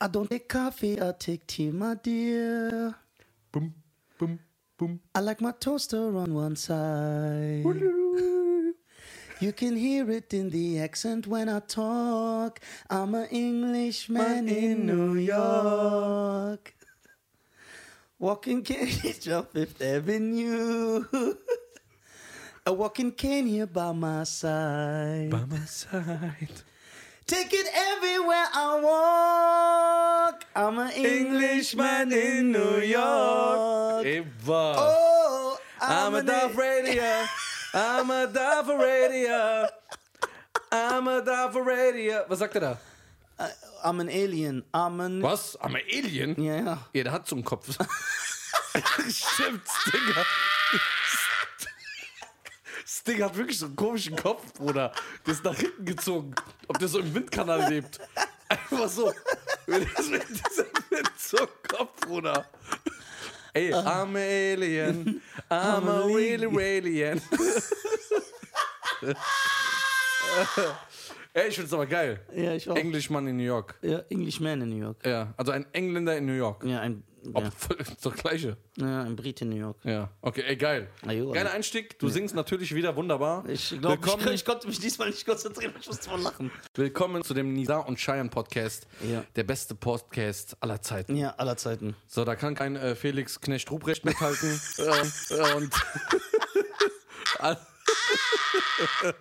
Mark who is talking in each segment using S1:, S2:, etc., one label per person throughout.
S1: I don't take coffee, I take tea, my dear.
S2: Bum, bum, bum.
S1: I like my toaster on one side. You can hear it in the accent when I talk. I'm an Englishman in New York. Walking candy shop Fifth Avenue. A walking cane here by my side.
S2: By my side.
S1: Take it everywhere I walk. I'm an Englishman in New York.
S2: Eva.
S1: Oh,
S2: I'm a Dove Radio. I'm a Dove Radio. I'm a Dove Radio. Was sagt er da?
S1: I'm an alien. I'm an.
S2: Was? Am Alien?
S1: Ja, ja.
S2: Ja, der hat so einen Kopf. Stimmt, Sting hat. Sting hat wirklich so einen komischen Kopf, Bruder. Der ist nach hinten gezogen. Ob der so im Windkanal lebt. Einfach so. Mit diesem Wind so einen Kopf, Bruder. Ey, I'm a Ah. alien. I'm a real alien. Ey, ich find's aber geil.
S1: Ja, ich auch.
S2: Englishman in New York.
S1: ja, Englishman in New York.
S2: Ja, also ein Engländer in New York.
S1: Ja, ein.
S2: Ob,
S1: Ja,
S2: Ist doch gleiche.
S1: ja, ein Brit in New York.
S2: Ja, okay, ey, geil.
S1: Na gut.
S2: Geiler Einstieg, du singst natürlich wieder wunderbar.
S1: Ich glaube, ich,
S2: willkommen,
S1: ich konnte mich diesmal nicht konzentrieren, ich musste voll lachen.
S2: willkommen zu dem Nisa und Cheyenne Podcast.
S1: Ja.
S2: Der beste Podcast aller Zeiten.
S1: Ja, aller Zeiten.
S2: So, da kann kein äh, Felix Knecht Ruprecht mithalten. äh, äh, und. Al-
S1: Ey,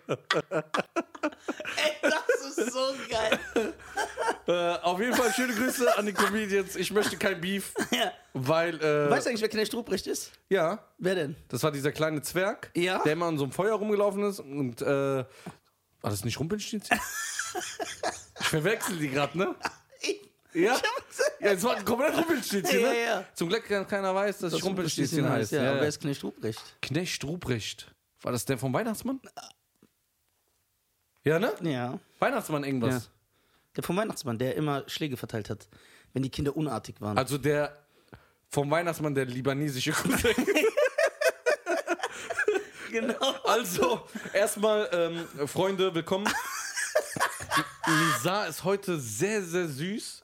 S1: das ist so geil.
S2: äh, auf jeden Fall schöne Grüße an die Comedians. Ich möchte kein Beef,
S1: Ja.
S2: weil. Äh,
S1: Weißt du eigentlich, wer Knecht Ruprecht ist?
S2: ja,
S1: Wer denn?
S2: das war dieser kleine Zwerg,
S1: Ja.
S2: der immer an so einem Feuer rumgelaufen ist und. Äh, war das nicht Rumpelstilzchen? ich verwechsel die gerade, ne?
S1: Ich.
S2: Ja.
S1: Ich hab gesagt-
S2: Ja, es war ein komplett Rumpelstilzchen,
S1: Ja,
S2: ne?
S1: ja.
S2: Zum Glück kann keiner weiß, dass ich Rumpelstilzchen heißt.
S1: Ja,
S2: Ja,
S1: aber
S2: ja.
S1: wer ist Knecht Ruprecht?
S2: Knecht Ruprecht. War das der vom Weihnachtsmann? Ja, ne?
S1: Ja.
S2: Weihnachtsmann irgendwas.
S1: Ja. Der vom Weihnachtsmann, der immer Schläge verteilt hat, wenn die Kinder unartig waren.
S2: Also der vom Weihnachtsmann der libanesische Cousin.
S1: genau.
S2: Also, erstmal, ähm, Freunde, willkommen. Lisa ist heute sehr, sehr süß.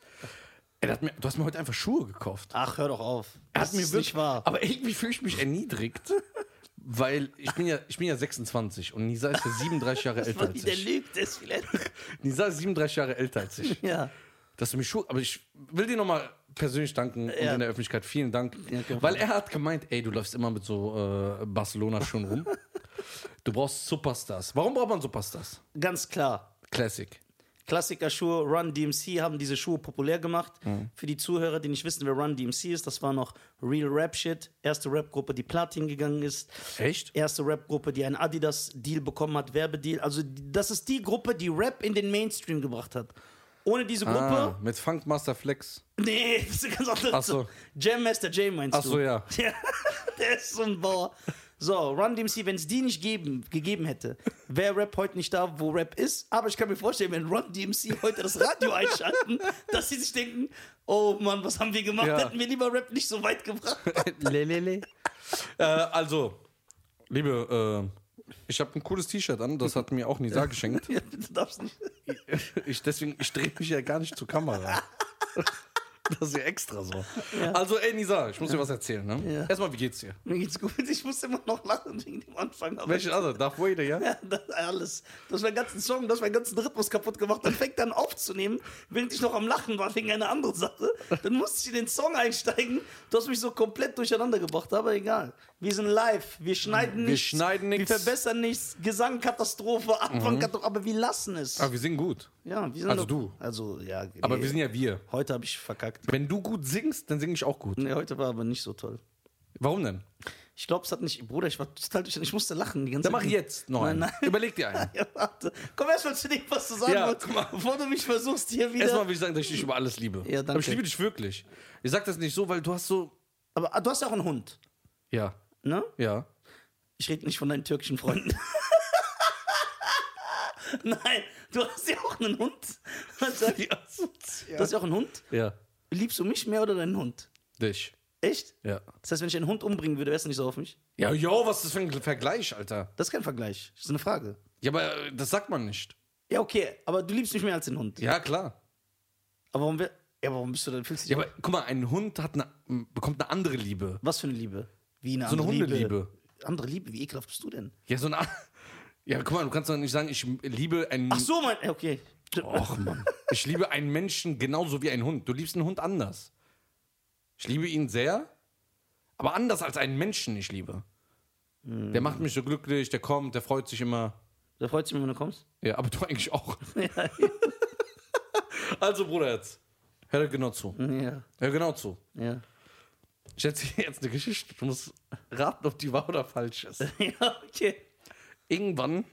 S2: Ey, der hat mir, du hast mir heute einfach Schuhe gekauft.
S1: Ach, hör doch auf.
S2: Er
S1: Das
S2: hat mir
S1: ist
S2: wirklich,
S1: nicht wahr.
S2: Aber irgendwie fühle ich mich erniedrigt, weil ich bin ja, ich bin ja 26 und Nisa ist ja 37 Jahre älter als
S1: der
S2: ich.
S1: lügt es vielleicht.
S2: Nisa ist 37 Jahre älter als ich.
S1: ja.
S2: Dass du mich schu aber ich will dir nochmal persönlich danken und
S1: Ja.
S2: in der Öffentlichkeit vielen Dank,
S1: Ja, kein
S2: weil er hat gemeint, ey, du läufst immer mit so äh, Barcelona schon rum. Du brauchst Superstars. Warum braucht man Superstars?
S1: Ganz klar.
S2: Classic.
S1: Klassikerschuhe Run DMC haben diese Schuhe populär gemacht.
S2: Mhm.
S1: Für die Zuhörer, die nicht wissen, wer Run DMC ist, das war noch Real Rap Shit. Erste Rap-Gruppe, die Platin gegangen ist.
S2: Echt?
S1: Erste Rap-Gruppe, die einen Adidas-Deal bekommen hat, Werbedeal. Also, die- das ist die Gruppe, die Rap in den Mainstream gebracht hat. Ohne diese Gruppe.
S2: Ah, mit Funkmaster Flex.
S1: Nee, das ist eine ganz andere.
S2: Ach so.
S1: Jam Master J meinst
S2: Ach
S1: du?
S2: so, ja.
S1: Ja, der ist so ein Bauer. So, Run DMC, wenn es die nicht geben, gegeben hätte, wäre Rap heute nicht da, wo Rap ist. Aber ich kann mir vorstellen, wenn Run DMC heute das Radio einschalten, dass sie sich denken, oh Mann, was haben wir gemacht?
S2: Ja.
S1: Hätten wir lieber Rap nicht so weit gebracht.
S2: Lelele. Äh, also, liebe, äh, ich habe ein cooles T-Shirt an, das hat mir auch Nisa geschenkt.
S1: Ja, du darfst nicht.
S2: Ich, deswegen, ich drehe mich ja gar nicht zur Kamera. Das ist ja extra so. Also, ey, Nisa, ich muss dir was erzählen. Ne?
S1: Ja.
S2: Erstmal, wie geht's dir?
S1: Mir geht's gut, ich muss immer noch lachen wegen dem Anfang. Aber
S2: Welche andere? Darth Vader, ja?
S1: Ja, das, alles. Du hast meinen ganzen Song, du hast meinen ganzen Rhythmus kaputt gemacht. Dann fängt dann aufzunehmen, während ich noch am Lachen war wegen einer anderen Sache. Dann musste ich in den Song einsteigen. Du hast mich so komplett durcheinander gebracht, aber egal. Wir sind live, wir schneiden
S2: Wir
S1: nichts.
S2: schneiden nichts.
S1: Wir verbessern nichts. Gesang, Katastrophe, Anfang, Katastrophe, aber wir lassen es.
S2: Aber Ah, wir singen gut.
S1: Ja, wir sind
S2: Also
S1: doch-
S2: du.
S1: Also, ja.
S2: Aber wir sind ja wir.
S1: Heute habe ich verkackt.
S2: Wenn du gut singst, dann singe ich auch gut.
S1: Nee, heute war aber nicht so toll.
S2: Warum denn?
S1: Ich glaube, es hat nicht. Bruder, ich war total durch. Ich musste lachen die ganze
S2: Dann mach jetzt noch einen.
S1: Nein, nein.
S2: Überleg dir einen.
S1: Ja, warte. Komm erstmal zu dem, was du sagen
S2: Ja,
S1: wolltest,
S2: guck mal.
S1: bevor du mich versuchst, hier wieder.
S2: Erstmal will ich sagen, dass ich dich über alles liebe.
S1: Ja, danke.
S2: Aber ich liebe dich wirklich. Ich sag das nicht so, weil du hast so.
S1: Aber ah, du hast ja auch einen Hund,
S2: Ja,
S1: ne?
S2: ja.
S1: Ich rede nicht von deinen türkischen Freunden. Nein, du hast ja auch einen Hund. Was sag ich? Du hast ja auch einen Hund.
S2: Ja.
S1: Liebst du mich mehr oder deinen Hund?
S2: Dich.
S1: Echt?
S2: Ja.
S1: Das heißt, wenn ich einen Hund umbringen würde, wärst du nicht so auf mich?
S2: Ja, jo, was ist das für ein Vergleich, Alter?
S1: Das ist kein Vergleich. Das ist eine Frage.
S2: Ja, aber äh, das sagt man nicht.
S1: Ja, okay, aber du liebst mich mehr als den Hund.
S2: Ja, klar.
S1: Aber warum wär, Ja, warum bist du denn? Fühlst du dich
S2: Ja, aber guck mal, ein Hund hat eine, bekommt eine andere Liebe.
S1: Was für eine Liebe? Wie eine
S2: So eine
S1: andere
S2: Hundeliebe.
S1: Liebe? Andere Liebe? Wie ekelhaft bist du denn?
S2: Ja, so eine. a- Ja, guck mal, du kannst doch nicht sagen, ich liebe einen.
S1: Ach so, mein. Okay.
S2: Och, Mann. Ich liebe einen Menschen genauso wie einen Hund. Du liebst einen Hund anders. Ich liebe ihn sehr, aber anders als einen Menschen ich liebe. Der macht mich so glücklich, der kommt, der freut sich immer.
S1: Da freut sich mich, wenn du kommst.
S2: Ja, aber du eigentlich auch. also, Bruder, jetzt. Hör genau zu.
S1: Ja,
S2: Hör genau zu.
S1: ja.
S2: Ich erzähle dir jetzt eine Geschichte. Du musst raten, ob die wahr oder falsch ist.
S1: ja, okay.
S2: Irgendwann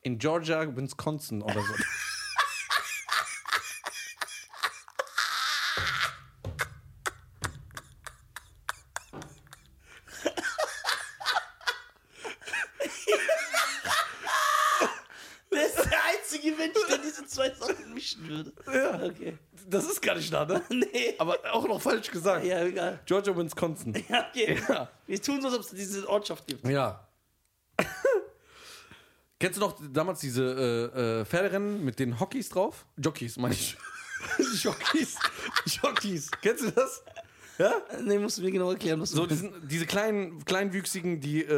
S2: in Georgia, Wisconsin oder so.
S1: Der ist der einzige Mensch, der diese zwei Sachen mischen würde. Ja. Okay.
S2: Das ist gar nicht da, ne?
S1: Nee.
S2: Aber auch noch falsch gesagt.
S1: Ja, egal.
S2: Georgia, Wisconsin.
S1: Ja, okay.
S2: Ja.
S1: Wir tun so, als ob es diese Ortschaft gibt.
S2: Ja. Kennst du noch damals diese äh, äh, Pferderennen mit den Hockeys drauf? Jockeys, meine ich. Jockeys. Jockeys. Kennst du das?
S1: Nee, musst du mir genau erklären, was
S2: So
S1: du
S2: diesen, diese kleinen, kleinwüchsigen, die äh,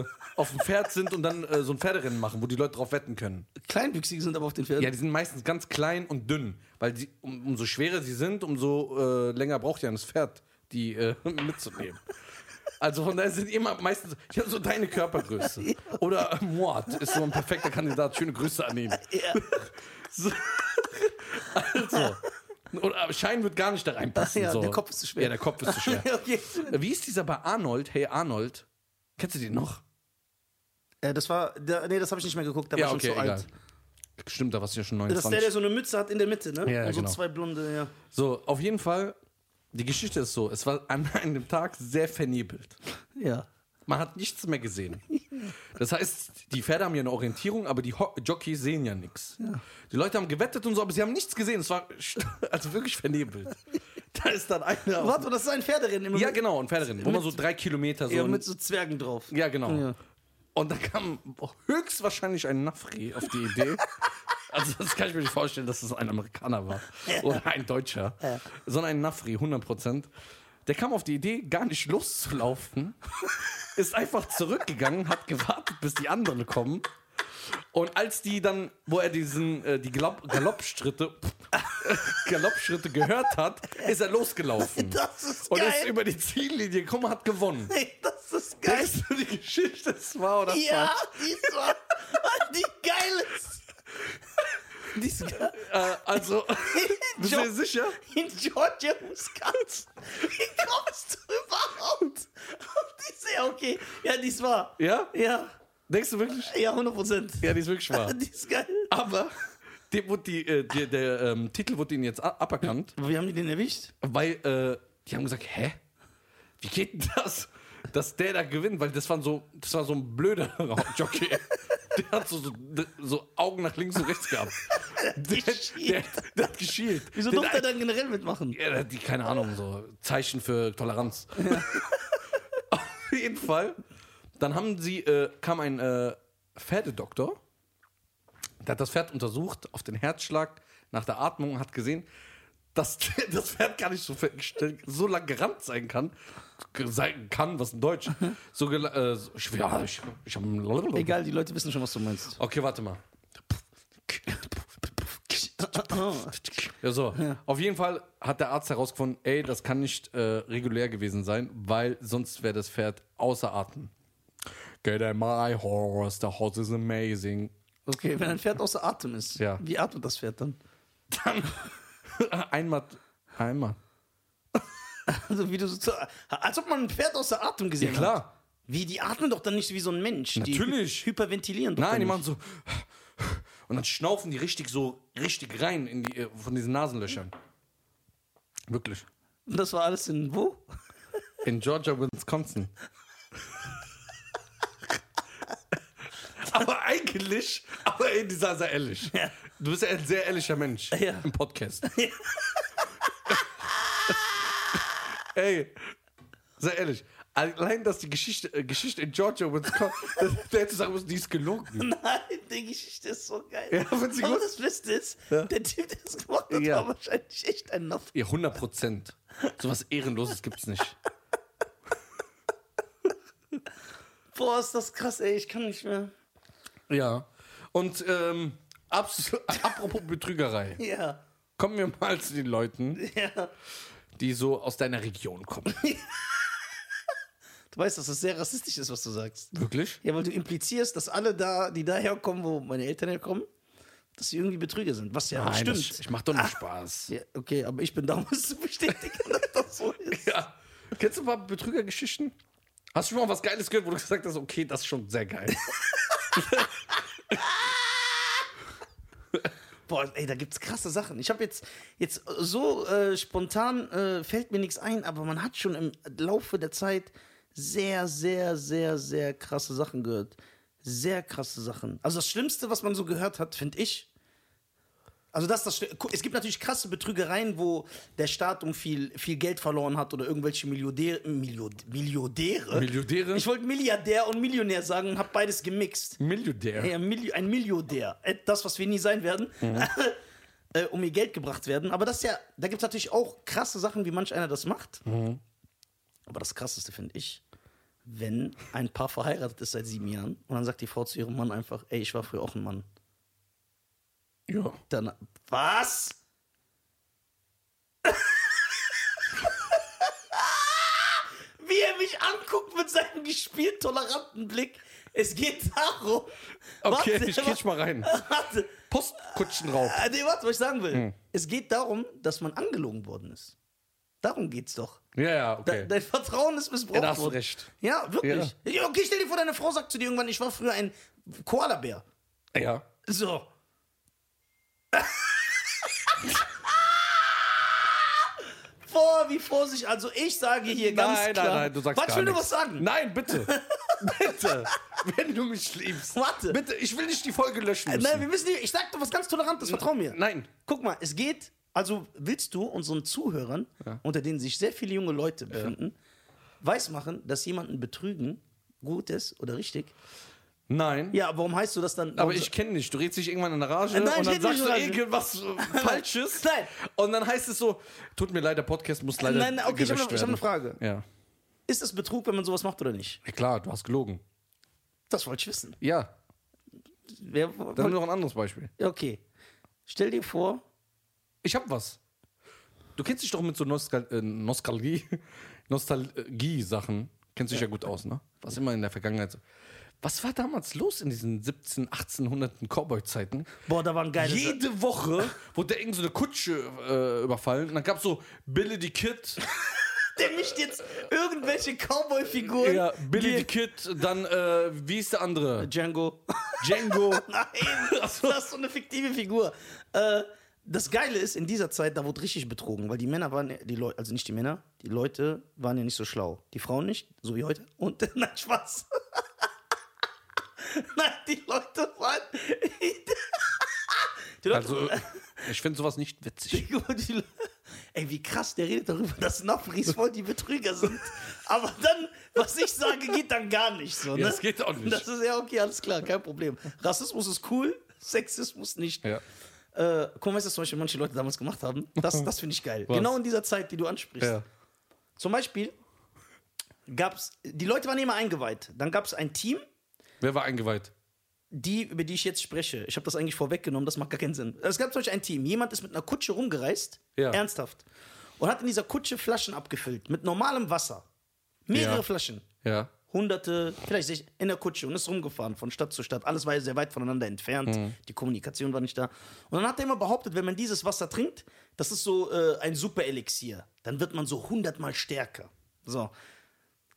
S2: äh, auf dem Pferd sind und dann äh, so ein Pferderennen machen, wo die Leute drauf wetten können.
S1: Kleinwüchsige sind aber auf den Pferden.
S2: Ja, die sind meistens ganz klein und dünn, weil die, um, umso schwerer sie sind, umso äh, länger braucht ja das Pferd, die äh, mitzunehmen. Also von daher sind immer meistens, ich habe so deine Körpergröße. Oder äh, Mord ist so ein perfekter Kandidat. Schöne Grüße an ihn.
S1: Ja.
S2: So. Also. Oder aber Schein wird gar nicht da reinpassen.
S1: Ja,
S2: so.
S1: der Kopf ist zu schwer.
S2: Ja, der Kopf ist zu schwer.
S1: okay.
S2: Wie ist dieser bei Arnold? Hey Arnold. Kennst du den noch?
S1: Äh, das war. Der, nee, das habe ich nicht mehr geguckt, da war ich schon zu alt.
S2: Stimmt, da warst du ja schon
S1: Das ist der,
S2: 29.
S1: der so eine Mütze hat in der Mitte, ne?
S2: Ja,
S1: Und so
S2: genau.
S1: zwei blonde, ja.
S2: So, auf jeden Fall, die Geschichte ist so, es war an einem Tag sehr vernebelt.
S1: Ja.
S2: Man hat nichts mehr gesehen. Das heißt, die Pferde haben ja eine Orientierung, aber die Ho Jockeys sehen ja nichts. Die Leute haben gewettet und so, aber sie haben nichts gesehen. Es war st- also wirklich vernebelt. Da ist dann einer.
S1: Warte, das ist ein Pferderennen immer
S2: Ja, genau, ein Pferderennen, wo man so drei Kilometer so.
S1: ja,
S2: in-
S1: mit so Zwergen drauf.
S2: ja, genau.
S1: genau. Ja.
S2: Und da kam höchstwahrscheinlich ein Nafri auf die Idee. Also das kann ich mir nicht vorstellen, dass es ein Amerikaner war oder ein Deutscher, sondern ein Nafri, 100 Prozent. Der kam auf die Idee, gar nicht loszulaufen, ist einfach zurückgegangen, hat gewartet, bis die anderen kommen. Und als die dann, wo er diesen äh, die Galopp, Galoppschritte Galoppschritte gehört hat, ist er losgelaufen
S1: Das ist
S2: und ist
S1: geil.
S2: über die Ziellinie gekommen, hat gewonnen.
S1: Ey, das ist geil.
S2: Weißt du die Geschichte, das war oder
S1: Ja, die ist wahr. die geil ist. Die ist geil.
S2: falsch? Äh, also, bist du dir sicher?
S1: In Georgia, Wisconsin. Wie kommst du überhaupt auf diese? Ja, okay. Ja, die ist wahr.
S2: Ja?
S1: Ja,
S2: Denkst du wirklich?
S1: ja, 100 Prozent.
S2: Ja, die ist wirklich wahr.
S1: Die ist geil.
S2: Aber dem wurde die, äh, der, der ähm, Titel wurde ihnen jetzt a- aberkannt,
S1: Wie haben die den erwischt?
S2: weil äh, die haben gesagt, hä? Wie geht denn das? Dass der da gewinnt, weil das, waren so, das war so ein blöder Jockey. Der hat so, so, so Augen nach links und rechts gehabt. Der, der,
S1: Geschielt.
S2: der hat geschielt.
S1: Wieso
S2: der,
S1: durfte er dann generell mitmachen?
S2: Ja, der hat äh, die, keine Ahnung, so Zeichen für Toleranz. Auf jeden Fall. Dann haben sie, äh, kam ein äh, Pferdedoktor, der hat das Pferd untersucht auf den Herzschlag, nach der Atmung und hat gesehen, dass das Pferd gar nicht so, ver- schnell- so lang gerannt sein kann. Ge- Sein kann, was in Deutsch. So, gela- äh, so ich, ja, ich, ich hab,
S1: Egal, die Leute wissen schon, was du meinst.
S2: Okay, warte mal. Ja, so. Auf jeden Fall hat der Arzt herausgefunden, ey, das kann nicht äh, regulär gewesen sein, weil sonst wäre das Pferd außer Atem. Get on my horse, the horse is amazing.
S1: Okay, wenn ein Pferd außer Atem ist,
S2: Ja.
S1: wie atmet das Pferd dann?
S2: Dann einmal, einmal.
S1: Also wie du so, zu- als ob man ein Pferd außer Atem gesehen hat.
S2: Klar.
S1: Wie, die atmen doch dann nicht wie so ein Mensch.
S2: Natürlich.
S1: Die hy- hyperventilieren doch.
S2: Nein, die
S1: dann
S2: machen so. Und dann schnaufen die richtig so, richtig rein in die, äh, von diesen Nasenlöchern. Wirklich.
S1: nicht. Und das war alles in wo?
S2: In Georgia, Wisconsin. aber eigentlich, aber ey, die sah sehr ehrlich.
S1: Ja.
S2: Du bist ja ein sehr ehrlicher Mensch
S1: Ja.
S2: im Podcast. ey, sehr ehrlich. Allein, dass die Geschichte, äh, Geschichte in Georgia, Wisconsin, das- der hätte sagen müssen, die ist gelogen.
S1: Nein, die Geschichte ist so geil.
S2: Ja, find's
S1: Aber
S2: gut?
S1: das Beste ist,
S2: Ja.
S1: der Typ, der das gemacht hat,
S2: Ja.
S1: war wahrscheinlich echt ein Nopf.
S2: Ja, 100 Prozent. Sowas Ehrenloses gibt's nicht.
S1: Boah, ist das krass, ey, ich kann nicht mehr.
S2: Ja. Und ähm, abs- apropos Betrügerei,
S1: Ja,
S2: kommen wir mal zu den Leuten,
S1: ja.
S2: die so aus deiner Region kommen.
S1: Du weißt, dass das sehr rassistisch ist, was du sagst.
S2: Wirklich?
S1: Ja, weil du implizierst, dass alle da, die daher kommen, wo meine Eltern herkommen, dass sie irgendwie Betrüger sind. Was ja auch
S2: Nein, das-
S1: stimmt.
S2: ich mach doch nur Spaß.
S1: Ja, okay, aber ich bin damals zu bestätigen, dass das so ist.
S2: Ja. Kennst du ein paar Betrügergeschichten? Hast du schon mal was Geiles gehört, wo du gesagt hast, okay, das ist schon sehr geil.
S1: Boah, ey, da gibt's krasse Sachen. Ich habe jetzt, jetzt so äh, spontan äh, fällt mir nichts ein, aber man hat schon im Laufe der Zeit sehr, sehr, sehr, sehr krasse Sachen gehört. Sehr krasse Sachen. Also das Schlimmste, was man so gehört hat, finde ich. Also das, ist das Schli- Guck, es gibt natürlich krasse Betrügereien, wo der Staat um viel, viel Geld verloren hat oder irgendwelche Milliardäre. Milliard, Milliardäre?
S2: Milliardäre?
S1: Ich wollte Milliardär und Millionär sagen und habe beides gemixt.
S2: Milliardär.
S1: Ja, Milli- ein Milliardär. Äh, Das, was wir nie sein werden. äh, um ihr Geld gebracht werden. Aber das ist ja, da gibt es natürlich auch krasse Sachen, wie manch einer das macht. Aber das Krasseste finde ich, wenn ein Paar verheiratet ist seit sieben Jahren und dann sagt die Frau zu ihrem Mann einfach, ey, ich war früher auch ein Mann.
S2: Ja.
S1: Dann, was? Wie er mich anguckt mit seinem gespielt toleranten Blick. Es geht darum.
S2: Okay,
S1: Warte,
S2: ich kitsch mal rein. Oh.
S1: Warte.
S2: Postkutschenraub.
S1: Äh, Nee, warte, was ich sagen will.
S2: Hm.
S1: Es geht darum, dass man angelogen worden ist. Darum geht's doch.
S2: Ja, ja,
S1: De
S2: okay.
S1: Dein Vertrauen ist missbraucht
S2: Ja, da hast du
S1: worden.
S2: recht.
S1: Ja, wirklich. Ja, Okay, stell dir vor, deine Frau sagt zu dir irgendwann, ich war früher ein Koalabär.
S2: Ja.
S1: So. Boah, wie vorsichtig. Also ich sage hier ganz
S2: nein,
S1: klar.
S2: nein, nein, du sagst
S1: Warte,
S2: gar
S1: ich will nur
S2: nichts.
S1: was sagen.
S2: Nein, bitte. bitte. Wenn du mich liebst.
S1: Warte.
S2: Bitte, ich will nicht die Folge löschen
S1: Nein,
S2: müssen.
S1: wir müssen nicht. Ich sag doch was ganz Tolerantes, vertrau mir.
S2: Äh, Nein.
S1: Guck mal, es geht. Also willst du unseren Zuhörern, unter denen sich sehr viele junge Leute befinden, weismachen, dass jemanden betrügen gut ist oder richtig?
S2: Nein.
S1: Ja, warum heißt du das dann?
S2: Aber ich kenne dich. Du redest dich irgendwann in der Rage
S1: Nein,
S2: und
S1: ich
S2: dann
S1: red nicht
S2: sagst du
S1: in Rage.
S2: irgendwas äh, Falsches.
S1: Nein.
S2: Und dann heißt es so, tut mir leid, der Podcast muss leider
S1: Nein, nein, okay, ich hab
S2: gelöscht
S1: ne- ich hab ne
S2: werden.
S1: Frage.
S2: Ja.
S1: Ist es Betrug, wenn man sowas macht oder nicht?
S2: ja, klar, du hast gelogen.
S1: Das wollte ich wissen.
S2: Ja,
S1: Wer,
S2: dann noch ein anderes Beispiel.
S1: okay. Stell dir vor,
S2: Ich hab was. Du kennst dich doch mit so Nostal äh, Nostalgie, Nostalgie-Sachen. Kennst dich ja. gut aus, ne? Was immer in der Vergangenheit so. Was war damals los in diesen 17, 1800 Cowboy-Zeiten?
S1: boah, da waren geile Sa-
S2: Jede Woche wurde da irgend so eine Kutsche äh, überfallen. Und dann gab es so Billy the Kid,
S1: Der mischt jetzt irgendwelche Cowboy-Figuren.
S2: ja, Billy
S1: die-
S2: the Kid, dann, äh, wie ist der andere?
S1: Django.
S2: Django.
S1: Nein, das ist so eine fiktive Figur. Äh, das Geile ist, in dieser Zeit, da wurde richtig betrogen, weil die Männer waren, ja- die Leute, also nicht die Männer, die Leute waren ja nicht so schlau. Die Frauen nicht, so wie heute. Und, nein, Spaß. nein, die Leute waren. die Leute
S2: Also, ich finde sowas nicht witzig.
S1: Die Le- Ey, wie krass, der redet darüber, dass Nofris voll die Betrüger sind. Aber dann, was ich sage, geht dann gar nicht so. Ne?
S2: Ja, das geht auch nicht.
S1: Das ist ja okay, alles klar, kein Problem. Rassismus ist cool, Sexismus nicht.
S2: Ja.
S1: Äh, guck mal, weißt du, was zum Beispiel manche Leute damals gemacht haben? Das, das finde ich geil. Genau in dieser Zeit, die du ansprichst.
S2: Ja.
S1: Zum Beispiel gab's, die Leute waren immer eingeweiht. Dann gab es ein Team,
S2: Wer war eingeweiht?
S1: die, über die ich jetzt spreche, ich habe das eigentlich vorweggenommen, das macht gar keinen Sinn. Es gab zum Beispiel ein Team, jemand ist mit einer Kutsche rumgereist,
S2: Ja.
S1: ernsthaft, und hat in dieser Kutsche Flaschen abgefüllt, mit normalem Wasser. Mehrere
S2: Ja.
S1: Flaschen.
S2: Ja.
S1: Hunderte, vielleicht sich in der Kutsche und ist rumgefahren von Stadt zu Stadt. Alles war ja sehr weit voneinander entfernt.
S2: Mhm.
S1: Die Kommunikation war nicht da. Und dann hat er immer behauptet, wenn man dieses Wasser trinkt, das ist so äh, ein Super-Elixier. Dann wird man so hundertmal stärker. So.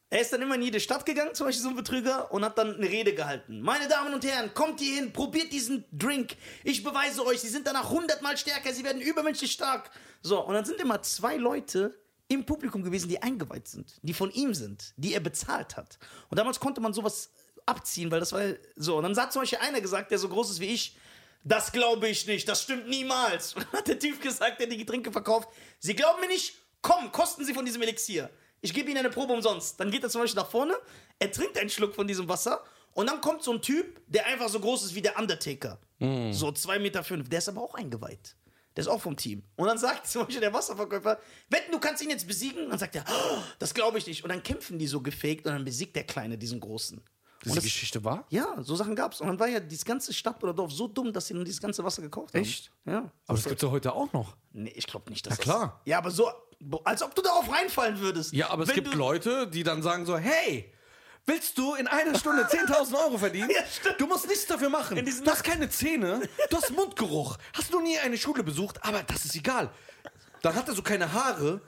S1: Er ist dann immer in jede Stadt gegangen, zum Beispiel so ein Betrüger, und hat dann eine Rede gehalten. Meine Damen und Herren, kommt hier hin, probiert diesen Drink. Ich beweise euch, sie sind danach hundertmal stärker, sie werden übermenschlich stark. So, und dann sind immer zwei Leute im Publikum gewesen, die eingeweiht sind, die von ihm sind, die er bezahlt hat. Und damals konnte man sowas abziehen, weil das war so. Und dann hat zum Beispiel einer gesagt, der so groß ist wie ich, das glaube ich nicht, das stimmt niemals. Und dann hat der Typ gesagt, der die Getränke verkauft, Sie glauben mir nicht? Komm, kosten Sie von diesem Elixier. Ich gebe Ihnen eine Probe umsonst. Dann geht er zum Beispiel nach vorne, er trinkt einen Schluck von diesem Wasser und dann kommt so ein Typ, der einfach so groß ist wie der Undertaker. So 2,5 Meter. Fünf. Der ist aber auch eingeweiht. Der ist auch vom Team. Und dann sagt zum Beispiel der Wasserverkäufer, wetten, du kannst ihn jetzt besiegen? Und dann sagt er, oh, das glaube ich nicht. Und dann kämpfen die so gefaked und dann besiegt der Kleine diesen Großen.
S2: Diese Geschichte war?
S1: Ja, so Sachen gab's. Und dann war ja dieses ganze Stadt oder Dorf so dumm, dass sie dann dieses ganze Wasser gekauft haben.
S2: Echt?
S1: Ja.
S2: Aber das gibt es ja heute auch noch.
S1: Nee, ich glaube nicht, dass
S2: Na klar.
S1: Das, ja, aber so, bo- als ob du darauf reinfallen würdest.
S2: Ja, aber es
S1: Wenn
S2: gibt
S1: du,
S2: Leute, die dann sagen so, hey, willst du in einer Stunde 10.000 Euro verdienen?
S1: Ja, stimmt.
S2: du musst nichts dafür machen.
S1: diesen-
S2: Du hast keine Zähne, du hast Mundgeruch, hast noch nie eine Schule besucht, aber das ist egal. Dann hat er so keine Haare.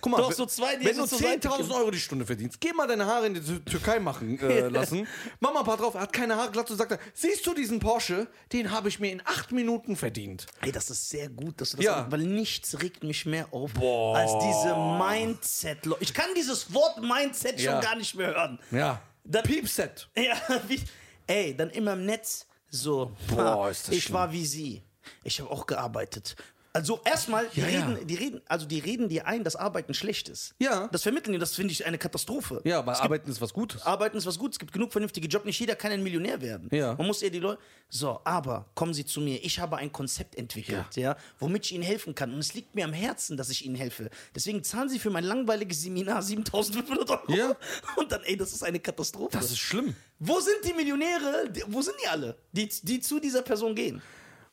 S2: Guck mal,
S1: Du hast so zwei, die
S2: wenn du
S1: so zur Seite
S2: 10.000 Euro die Stunde verdienst, geh mal deine Haare in die Tü- Türkei machen äh, lassen. Mach mal ein paar drauf, er hat keine Haare glatt und sagt, dann, siehst du diesen Porsche? Den habe ich mir in acht Minuten verdient.
S1: Ey, das ist sehr gut, dass du das
S2: Ja.
S1: sagst, weil nichts regt mich mehr auf als diese mindset leute Ich kann dieses Wort Mindset
S2: Ja.
S1: schon gar nicht mehr hören.
S2: Ja.
S1: Dann-
S2: Piepset.
S1: Ja, wie, ey, dann immer im Netz so.
S2: Boah,
S1: ha,
S2: ist das
S1: ich
S2: schlimm.
S1: war wie sie. Ich habe auch gearbeitet. Also erstmal, die,
S2: Ja, ja.
S1: reden, die reden, also die reden dir ein, dass Arbeiten schlecht ist.
S2: Ja.
S1: Das vermitteln die, das finde ich eine Katastrophe.
S2: Ja, weil Arbeiten ist was Gutes.
S1: Arbeiten ist was Gutes, es gibt genug vernünftige Jobs, nicht jeder kann ein Millionär werden.
S2: Ja.
S1: Man muss eher die Leute. So, aber kommen Sie zu mir, ich habe ein Konzept entwickelt, ja. womit ich Ihnen helfen kann. Und es liegt mir am Herzen, dass ich Ihnen helfe. Deswegen zahlen Sie für mein langweiliges Seminar 7500 Euro.
S2: Ja.
S1: Und dann, ey, das ist eine Katastrophe.
S2: Das ist schlimm.
S1: wo sind die Millionäre? Die- Wo sind die alle, die, die zu dieser Person gehen?